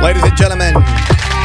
Ladies and gentlemen,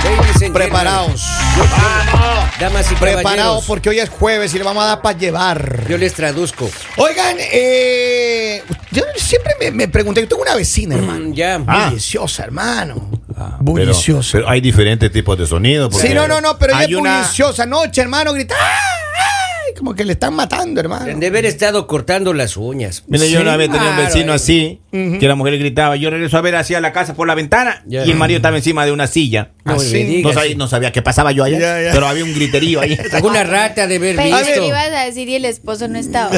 Ladies and preparaos. gentlemen, Damas y Preparaos caballeros, porque hoy es jueves y le vamos a dar para llevar. yo les traduzco. Oigan, eh, yo siempre me, me pregunté, yo tengo una vecina, hermano. Mm, Ya. Ah. Bulliciosa, hermano. Pero, Bulliciosa. pero hay diferentes tipos de sonido. porque sí, no, no, no, pero ella hay es una, bulliciosa anoche, hermano, grita. "Ah, ¡ay! Como que le están matando, hermano. De haber estado cortando las uñas. Mira, yo una vez tenía un Claro, vecino eh. así, que la mujer gritaba, yo regreso a ver hacia la casa por la ventana, Ya. y el marido estaba encima de una silla. No, Así. me No digas. sabía, no sabía qué pasaba yo allá, Ya, ya. pero había un griterío ahí. Alguna rata de haber A Pensé ver. que visto. ibas a decir y el esposo no estaba.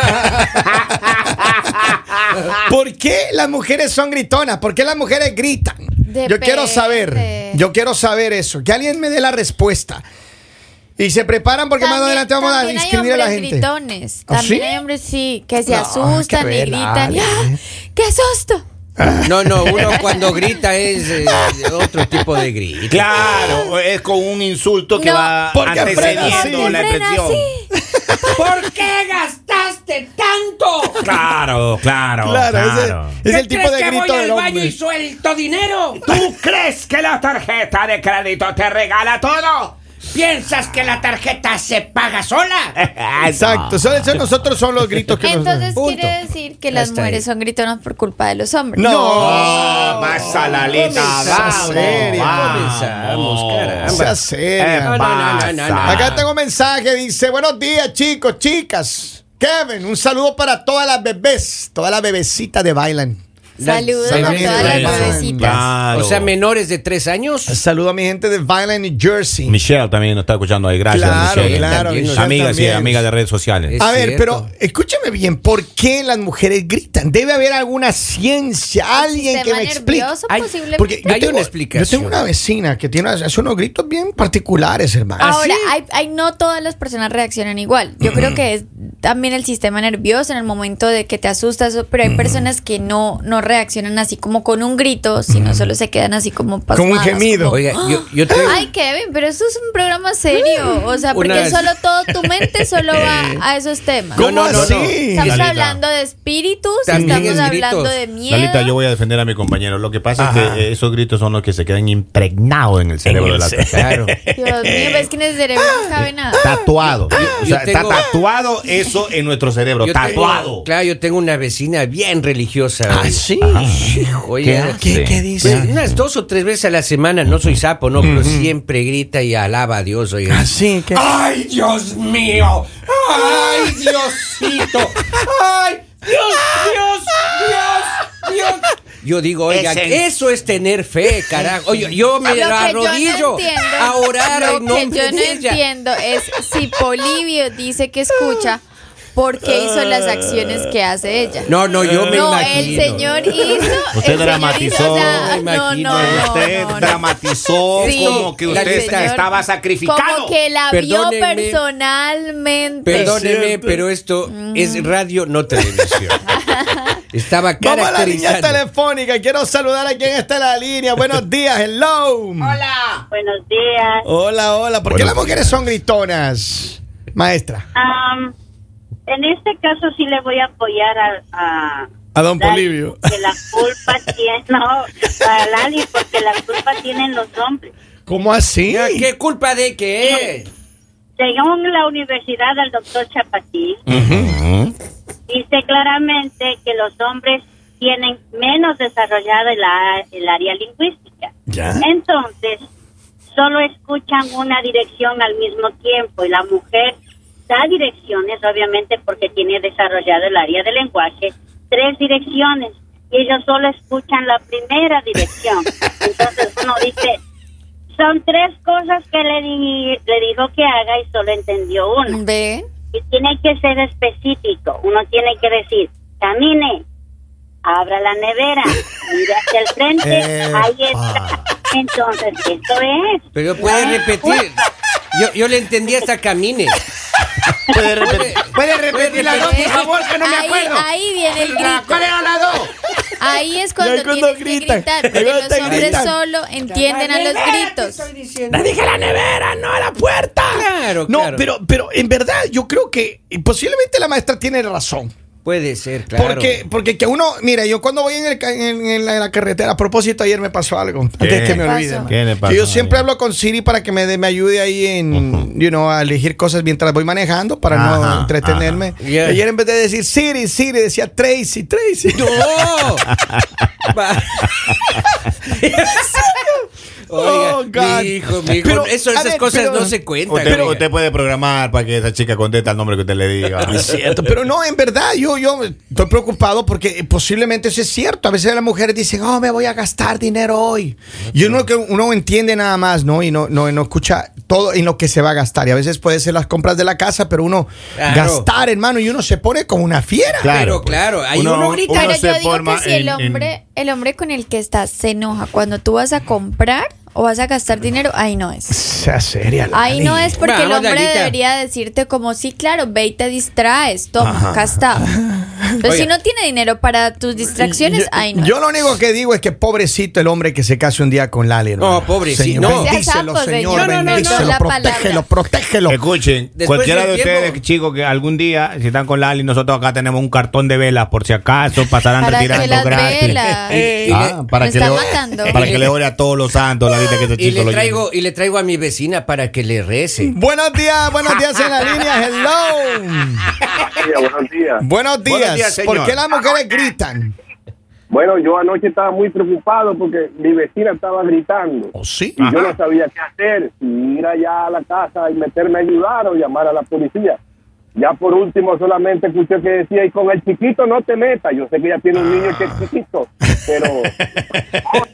Ah. ¿Por qué las mujeres son gritonas? ¿Por qué las mujeres gritan? Yo quiero saber. Depende. Yo quiero saber eso. Que alguien me dé la respuesta. Y se preparan porque más También- adelante vamos a también hay inscribir a la hombres gente. Gritones. ¿Ah, También sí? hay hombres sí, que se No, asustan qué y gritan. velada, y, ¡Ah, ¿eh? ¡Qué susto! No, no, uno cuando grita es eh, otro tipo de grito. claro, es con un insulto que No. va Porque frena antecediendo así. la Frena expresión. así. ¿Por qué gastaste tanto? Claro, claro, Claro, ese- Oh, claro. ese es el tipo de grito del hombre. suelto dinero? ¿Tú crees que la tarjeta de crédito te regala todo? ¿Piensas que la tarjeta se paga sola? Ah, Exacto, son- son- nosotros son los gritos que nos Entonces Punto. quiere decir que las Está mujeres ahí. son gritonas por culpa de los hombres. No, Oh, pasa la Esa seria. Comenzamos, caramba. Sea Eh, seria. No, no, no, no, no, no. Acá tengo un mensaje, dice, buenos días chicos, chicas. Kevin, un saludo para todas las bebés, todas las bebecitas de Bailan. Saludos a Saludos. todas las Saludos. bebecitas. O sea, menores de tres años. Saludo a mi gente de Bailan, New Jersey. Michelle también nos está escuchando ahí. Gracias, Claro, Michelle. claro, Amiga, Michelle sí, también. amiga de redes sociales. Es A ver, cierto. pero escúchame bien, ¿por qué las mujeres gritan? Debe haber alguna ciencia, alguien que Sistema me explique. nervioso, Ay, posiblemente. Porque yo Hay tengo, una yo explicación. tengo una vecina que tiene hace unos gritos bien particulares, Ah. hermano. Ahora, hay, hay- no todas las personas reaccionan igual. Yo creo que es también el sistema nervioso en el momento de que te asustas, pero hay personas que no, no reaccionan así como con un grito, sino solo se quedan así como pasmadas. Como un gemido. Oiga, yo, yo tengo- Ay, Kevin, pero eso es un programa serio. O sea, porque Una- solo todo tu mente solo va a esos temas. ¿Cómo no, no, no. así? Estamos Lalita. hablando de espíritus, También es estamos gritos. hablando de miedo. Lalita, yo voy a defender a mi compañero. Lo que pasa es que eh, esos gritos son los que se quedan impregnados en el cerebro de la persona. Claro. Dios mío, ves que en el cerebro Ah. no cabe nada. Tatuado. yo O sea, está tengo- tatuado eso en nuestro cerebro. Yo tengo- tatuado. claro, yo tengo una vecina bien religiosa. Ah, oye. sí. Oiga, ¿Qué, qué Sí. pues, dice? unas dos o tres veces a la semana, no soy sapo, no, pero siempre grita y alaba a Dios, oiga. Así que. ¡Ay, Dios mío! ¡Ay, Diosito! ¡Ay, Dios, Dios, Dios, Dios! Yo digo, oiga, Es el- eso es tener fe, carajo. Oye, yo me Lo que yo no arrodillo entiendo- a orar lo en nombre que yo no de ella. entiendo es si Polivio dice que escucha, ¿por qué hizo las acciones que hace ella? No, no, yo me No, imagino. el señor hizo. Usted el dramatizó. Señor hizo, o sea, Me no, imagino. no, no, Usted no, no. dramatizó Sí, como que la usted el señor- estaba sacrificado. Como que la vio Perdónenme. personalmente. Perdóneme, pero esto Mm. es radio, no televisión. Estaba Vamos a la línea caracterizando. telefónica. Quiero saludar a quien está en la línea. Buenos días, hello. Hola. Buenos días. Hola, hola. ¿Por qué Buenos las mujeres son gritonas? Maestra. Am, en este caso sí le voy a apoyar a... A, A don Lali, Polibio. porque la culpa tiene... No, a Lali, porque la culpa tienen los hombres. ¿Cómo así? Mira, ¿Qué culpa de qué es? Según la universidad del doctor Chapatín, dice claramente que los hombres tienen menos desarrollada el, a- el área lingüística. ¿Ya? Entonces, solo escuchan una dirección al mismo tiempo y la mujer da direcciones, obviamente, porque tiene desarrollado el área del lenguaje, tres direcciones y ellos solo escuchan la primera dirección. Entonces uno dice, son tres cosas que le, di- le dijo que haga y solo entendió una Ve. y tiene que ser específico. Uno tiene que decir, camine, abra la nevera, mire hacia el frente, Eh, ahí está. Entonces, esto es. Pero puede repetir. Yo, yo le entendí hasta camine. Puede repetir. ¿Puede repetir la dos, por favor, que no me ahí, acuerdo? ahí viene el grito. ¿Cuál era la dos? Ahí es Ya cuando es cuando tienes gritan. que gritar, Ahí porque cuando los te hombres gritan. solo entienden a los gritos. La dije la nevera, no a la puerta. Claro, no, claro. pero pero en verdad yo creo que y posiblemente la maestra tiene razón. Puede ser, claro. Porque, porque que uno, mira, yo cuando voy en, el ca- en- en- en la, en la carretera, a propósito, ayer me pasó algo, antes que me ¿Qué olvide. pasó? ¿Qué le pasó Que yo siempre ayer? hablo con Siri para que me, dé- me ayude ahí en, you know, a elegir cosas mientras voy manejando para no Ajá, entretenerme. ajá. Yeah. Ayer en vez de decir Siri, Siri, decía Tracy, Tracy. ¡No! Va- Oiga, Oh, God. mi hijo, mi hijo, Pero, eso, a esas ver, cosas pero- no se cuentan. Usted, oiga. usted puede programar para que esa chica conteste el nombre que usted le diga. Ah, Es cierto, pero no, en verdad, yo, yo estoy preocupado porque eh, posiblemente eso es cierto. A veces las mujeres dicen, oh, me voy a gastar dinero hoy. Y uno que uno entiende nada más, ¿no? Y no, no, no escucha todo en lo que se va a gastar. Y a veces puede ser las compras de la casa, pero uno Claro. gastar, hermano, y uno se pone como una fiera. Pero claro, ahí uno grita. Pero se yo digo forma que si el en- en- hombre, el hombre con el que estás se enoja cuando tú vas a comprar o vas a gastar dinero, ahí no es. Sea seria. la Ahí no niña. es porque el Vamos, hombre Lalita. debería decirte como, sí, claro, ve y te distraes, toma, Ajá. acá está. Pero si Oiga. no tiene dinero para tus distracciones, Yo- ahí no Yo es. lo único que digo es que pobrecito el hombre que se case un día con Lali. hermano. No, pobrecito, Señor, no. Bendícelo, Sea Pues sapo, señor. señor. No, no, no, no, bendícelo, la palabra. protégelo, protégelo. Escuchen, Después cualquiera de del ustedes, tiempo. chicos, que algún día, si están con Lali, nosotros acá tenemos un cartón de velas, por si acaso, pasarán Para que retirando las gratis. velas. Eh, y Ah, le- para, Me que le, está matando. para que le ore a todos los santos, la vida que este y chico le lo traigo y le traigo a mi vecina para que le rece. Buenos días, buenos días en la línea, hello. Buenos días, buenos días. Buenos días. Buenos días, señor. ¿Por qué las mujeres gritan? Bueno, yo anoche estaba muy preocupado porque mi vecina estaba gritando. sí? Y yo no sabía qué hacer, si ir allá a la casa y meterme a ayudar o llamar a la policía. Ya por último solamente escuché que decía, y con el chiquito no te metas. Yo sé que ella tiene un niño que es chiquito, pero Oh,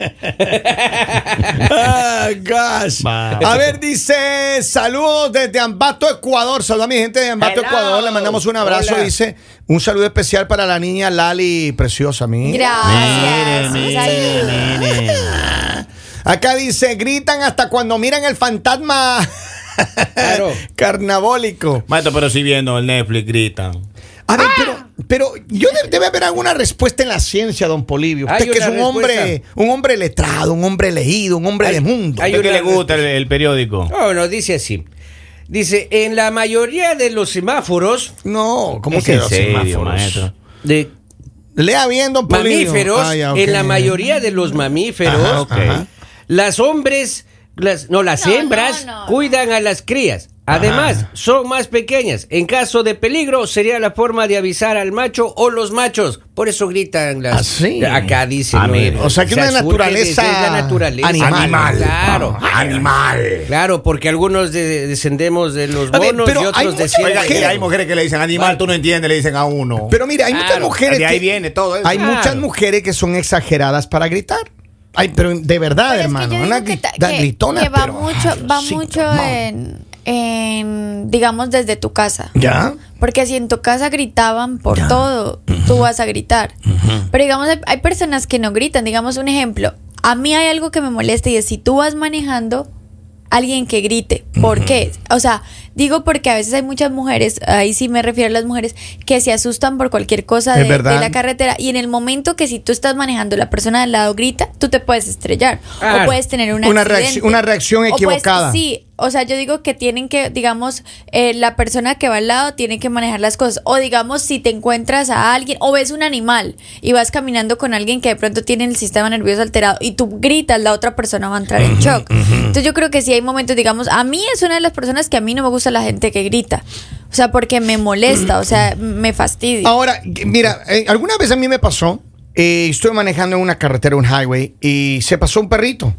Ah, gosh. Vamos. A ver, dice, saludos desde Ambato, Ecuador. Saludos a mi gente de Ambato, Hello. Ecuador. Le mandamos un abrazo. Hola. Dice, un saludo especial para la niña Lali, preciosa, mi. Gracias. un saludo. Acá dice, gritan hasta cuando miran el fantasma Claro. carnavólico. Maestro, pero si viendo el Netflix gritan. A ver, Ah. pero, pero yo de- debe haber alguna respuesta en la ciencia, don Polivio. Usted Hay que es un una hombre, respuesta. un hombre letrado, un hombre leído, un hombre Hay- de mundo. hay ¿Usted qué una le gusta el, el periódico? No, Oh, no, dice así. Dice, en la mayoría de los semáforos No, ¿cómo Es que en los serio, semáforos? maestro. de Lea bien, don Polivio. mamíferos, Ah, ya, ok. en la mayoría de los mamíferos, Ajá, ok. ajá, las hombres, las, no, las No, hembras no, no. cuidan a las crías. Además, son más pequeñas. En caso de peligro, sería la forma de avisar al macho o los machos. Por eso gritan las. Ah, sí. Acá dice. Ah, mira. O sea, que una surge naturaleza desde la naturaleza. animal. Ah. Claro. Animal. Claro, porque algunos de- descendemos de los A ver, monos pero y hay otros mucha- descienden. Oiga, de- que hay mujeres que le dicen animal, tú no entiendes, le dicen a uno. Pero mira, hay muchas Claro, mujeres de ahí que- viene todo eso. Hay Claro. muchas mujeres que son exageradas para gritar. Ay, pero de verdad, Pero es que hermano. yo una digo que gri- ta- da- que- gritonas, que va pero- mucho, Ay, va Diosito, mucho no. en, en, digamos, desde tu casa. ¿Ya? Porque si en tu casa gritaban por todo, tú vas a gritar. Pero digamos, hay, hay personas que no gritan. Digamos, un ejemplo. A mí hay algo que me molesta y es si tú vas manejando, alguien que grite. ¿Por qué? O sea, digo porque a veces hay muchas mujeres, ahí sí me refiero a las mujeres, que se asustan por cualquier cosa Es de, de verdad. la carretera. Y en el momento que si tú estás manejando, la persona de al lado grita, tú te puedes estrellar. Claro. O puedes tener un Una accidente. reacc- una reacción O puedes- equivocada. sí, Sí, o sea, yo digo que tienen que, digamos, eh, la persona que va al lado tiene que manejar las cosas. O digamos, si te encuentras a alguien o ves un animal y vas caminando con alguien que de pronto tiene el sistema nervioso alterado y tú gritas, la otra persona va a entrar en shock. Entonces yo creo que sí hay momentos, digamos, a mí es una de las personas que a mí no me gusta la gente que grita. O sea, porque me molesta, o sea, me fastidia. Ahora, que- mira, eh, alguna vez a mí me pasó, eh, estuve manejando en una carretera, un highway, y se pasó un perrito.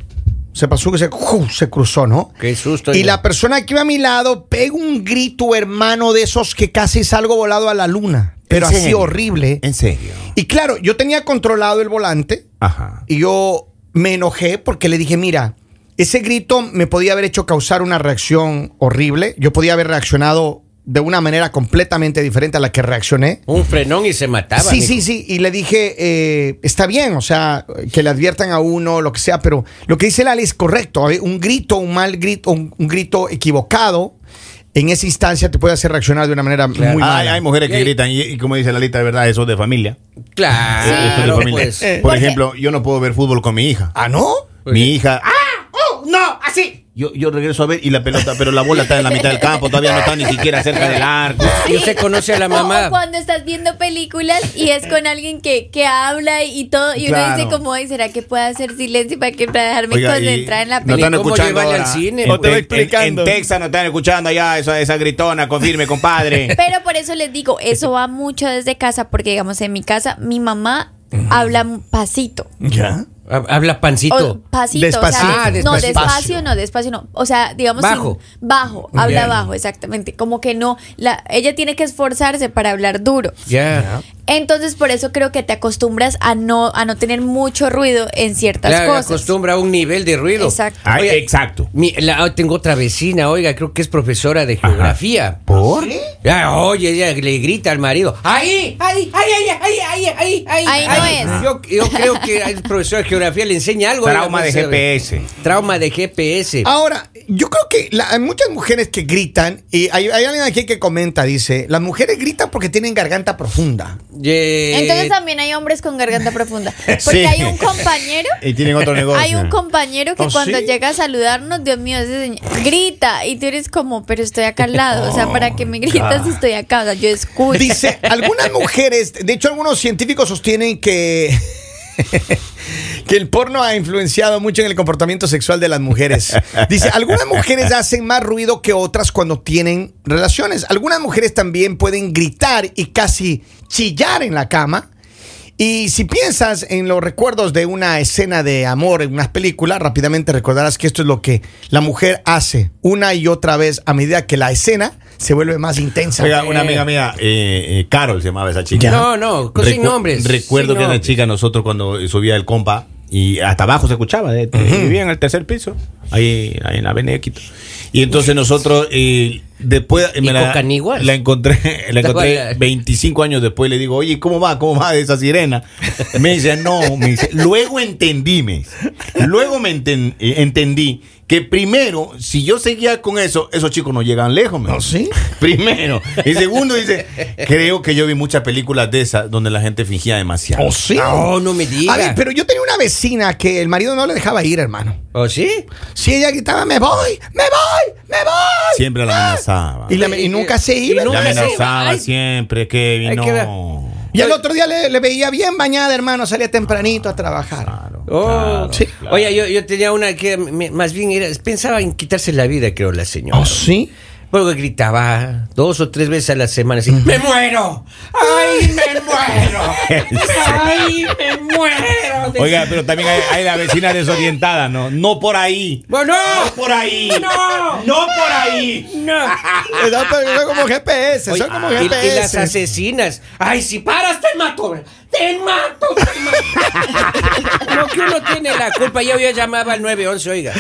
Se pasó que se, ¡ju! se cruzó, ¿no? Qué susto. Y la persona que iba a mi lado pega un grito, hermano, de esos que casi salgo volado a la luna. Pero ¿En así serio? horrible. En serio. Y claro, yo tenía controlado el volante Ajá. y yo me enojé porque le dije, mira, ese grito me podía haber hecho causar una reacción horrible. Yo podía haber reaccionado de una manera completamente diferente a la que reaccioné. Un frenón y se mataba. Sí, mijo. sí, sí. Y le dije, eh, está bien, o sea, que le adviertan a uno, lo que sea, pero lo que dice Lali es correcto. A ver, Un grito, un mal grito, un, un grito equivocado, en esa instancia te puede hacer reaccionar de una manera Claro. muy Ah, Hay, mala. hay mujeres que Y- gritan y, y como dice la lista de verdad, eso es de familia. Claro, Eso es de familia. pues. Por Porque- ejemplo, yo no puedo ver fútbol con mi hija. ¿Ah, no? Mi hija. ¡Ah! ¡Uh! ¡No! Así. Yo, yo regreso a ver y la pelota, pero la bola está en la mitad del campo, todavía no está ni siquiera cerca del arco. Sí. Y usted conoce a la O- mamá. O, cuando estás viendo películas y es con alguien que, que habla y todo, y uno Claro. dice como, "Ay, ¿será que puedo hacer silencio para, que, para dejarme Oiga, y concentrar en la no película? están ¿Cómo escuchando llevarle ahora. al cine? En, O te va en- explicando. en- en Texas no están escuchando allá esa, esa gritona, confirme, compadre. Pero por eso les digo, eso va mucho desde casa, porque digamos, en mi casa, mi mamá habla pasito. ¿Ya? Hab- Habla O- pancito. pasito, Despacito. o sea, Ah, no, despacito. despacio, no, despacio, no. O sea, digamos Bajo. sin- bajo, habla Bien. bajo, exactamente. Como que no, la, ella tiene que esforzarse para hablar duro. Ya. Entonces, por eso creo que te acostumbras a no, a no tener mucho ruido en ciertas Claro, cosas. acostumbra a un nivel de ruido. Exacto. Ay, Oye, exacto. Mi- la- ah, tengo otra vecina, oiga, creo que es profesora de geografía. ¿Por? Ah, oye, ella le grita al marido. Ahí, ahí, ahí, ahí, ahí, ahí, ahí. Ahí no es. Yo, yo creo que al profesor de geografía le enseña algo. Trauma oiga, de pues, GPS. Trauma de GPS. Oh. Ahora, yo creo que la- hay muchas mujeres que gritan, y hay, hay alguien aquí que comenta, dice, las mujeres gritan porque tienen garganta profunda. Eh, Entonces también hay hombres con garganta profunda. Porque Sí. hay un compañero. Y tienen otro negocio. Hay un compañero que ¿Oh, cuando sí? llega a saludarnos, Dios mío, ese señor grita y tú eres como, pero estoy acá al lado, o sea, ¿para que me gritas si estoy acá? O sea, yo escucho. Ah. Dice, algunas mujeres, de hecho algunos científicos sostienen que, que el porno ha influenciado mucho en el comportamiento sexual de las mujeres. Dice, algunas mujeres hacen más ruido que otras cuando tienen relaciones. Algunas mujeres también pueden gritar y casi chillar en la cama. Y si piensas en los recuerdos de una escena de amor en una película, rápidamente recordarás que esto es lo que la mujer hace una y otra vez a medida que la escena se vuelve más intensa. Oiga, una amiga mía, eh, eh, Carol se llamaba esa chica. Ya. No, no, con- sin Recu- nombres. Recuerdo sin que una nombres. chica, nosotros cuando subía el compa, y hasta abajo se escuchaba, eh, vivía en el tercer piso, ahí, ahí en la avenida Quito. Y entonces nosotros, eh, después eh, Y la, con caniguas. la encontré, la encontré acuerdas? 25 años después, le digo, oye, ¿cómo va? ¿Cómo va esa sirena? Me dice, no, me dice, luego entendí, me dice. luego me enten- eh, entendí que primero, si yo seguía con eso, esos chicos no llegan lejos, me Oh, ¿No, dice. sí? Primero. Y segundo, dice, creo que yo vi muchas películas de esas donde la gente fingía demasiado. ¿O Oh, sí? No, no me diga. A ver, pero yo tenía una vecina que el marido no le dejaba ir, hermano. ¿O ¿Oh, sí? Si ella gritaba, me voy, me voy, me voy. Siempre la amenazaba. Y, la- y nunca se iba. Y La nunca hermano. se iba. amenazaba Ay. siempre, Ay, Kevin. qué da- No. Y al otro día le, le veía bien bañada, hermano. Salía tempranito a trabajar. Claro, Oh. claro, Sí. claro. Oye, yo, yo tenía una que me- más bien era, pensaba en quitarse la vida, creo, la señora. ¿O ¿Oh, sí? Porque gritaba dos o tres veces a la semana así, "Me ¡Me muero! ¡Ay, me muero! ¡Ay, me muero! Oiga, pero también hay, hay la vecina desorientada, ¿no? No por ahí. Bueno, No por ahí. ¡No! No por ahí. no. Era- Eh, pero Son como GPS, Oye, ah, son como y- GPS. Y, las asesinas. ¡Ay, si paras, te mato! ¡Te mato! ¡Te mato! No que uno tiene la culpa. Yo, yo llamaba al 911, oiga.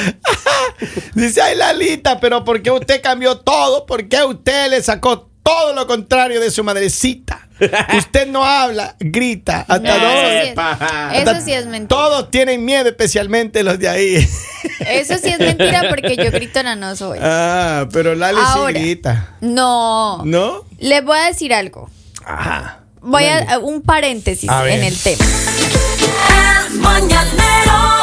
Dice, ay, Lalita, pero ¿por qué usted cambió todo? ¿Por qué usted le sacó todo lo contrario de su madrecita? Usted no habla, grita. Hasta No, eso dos. sí es- eso sí es mentira. Todos tienen miedo, especialmente los de ahí. Eso sí es mentira porque yo gritona no soy. Ah, pero Lali Ahora, sí grita. no. ¿No? Les voy a decir algo. Ajá. Voy a un paréntesis A ver. en el tema. El mañanero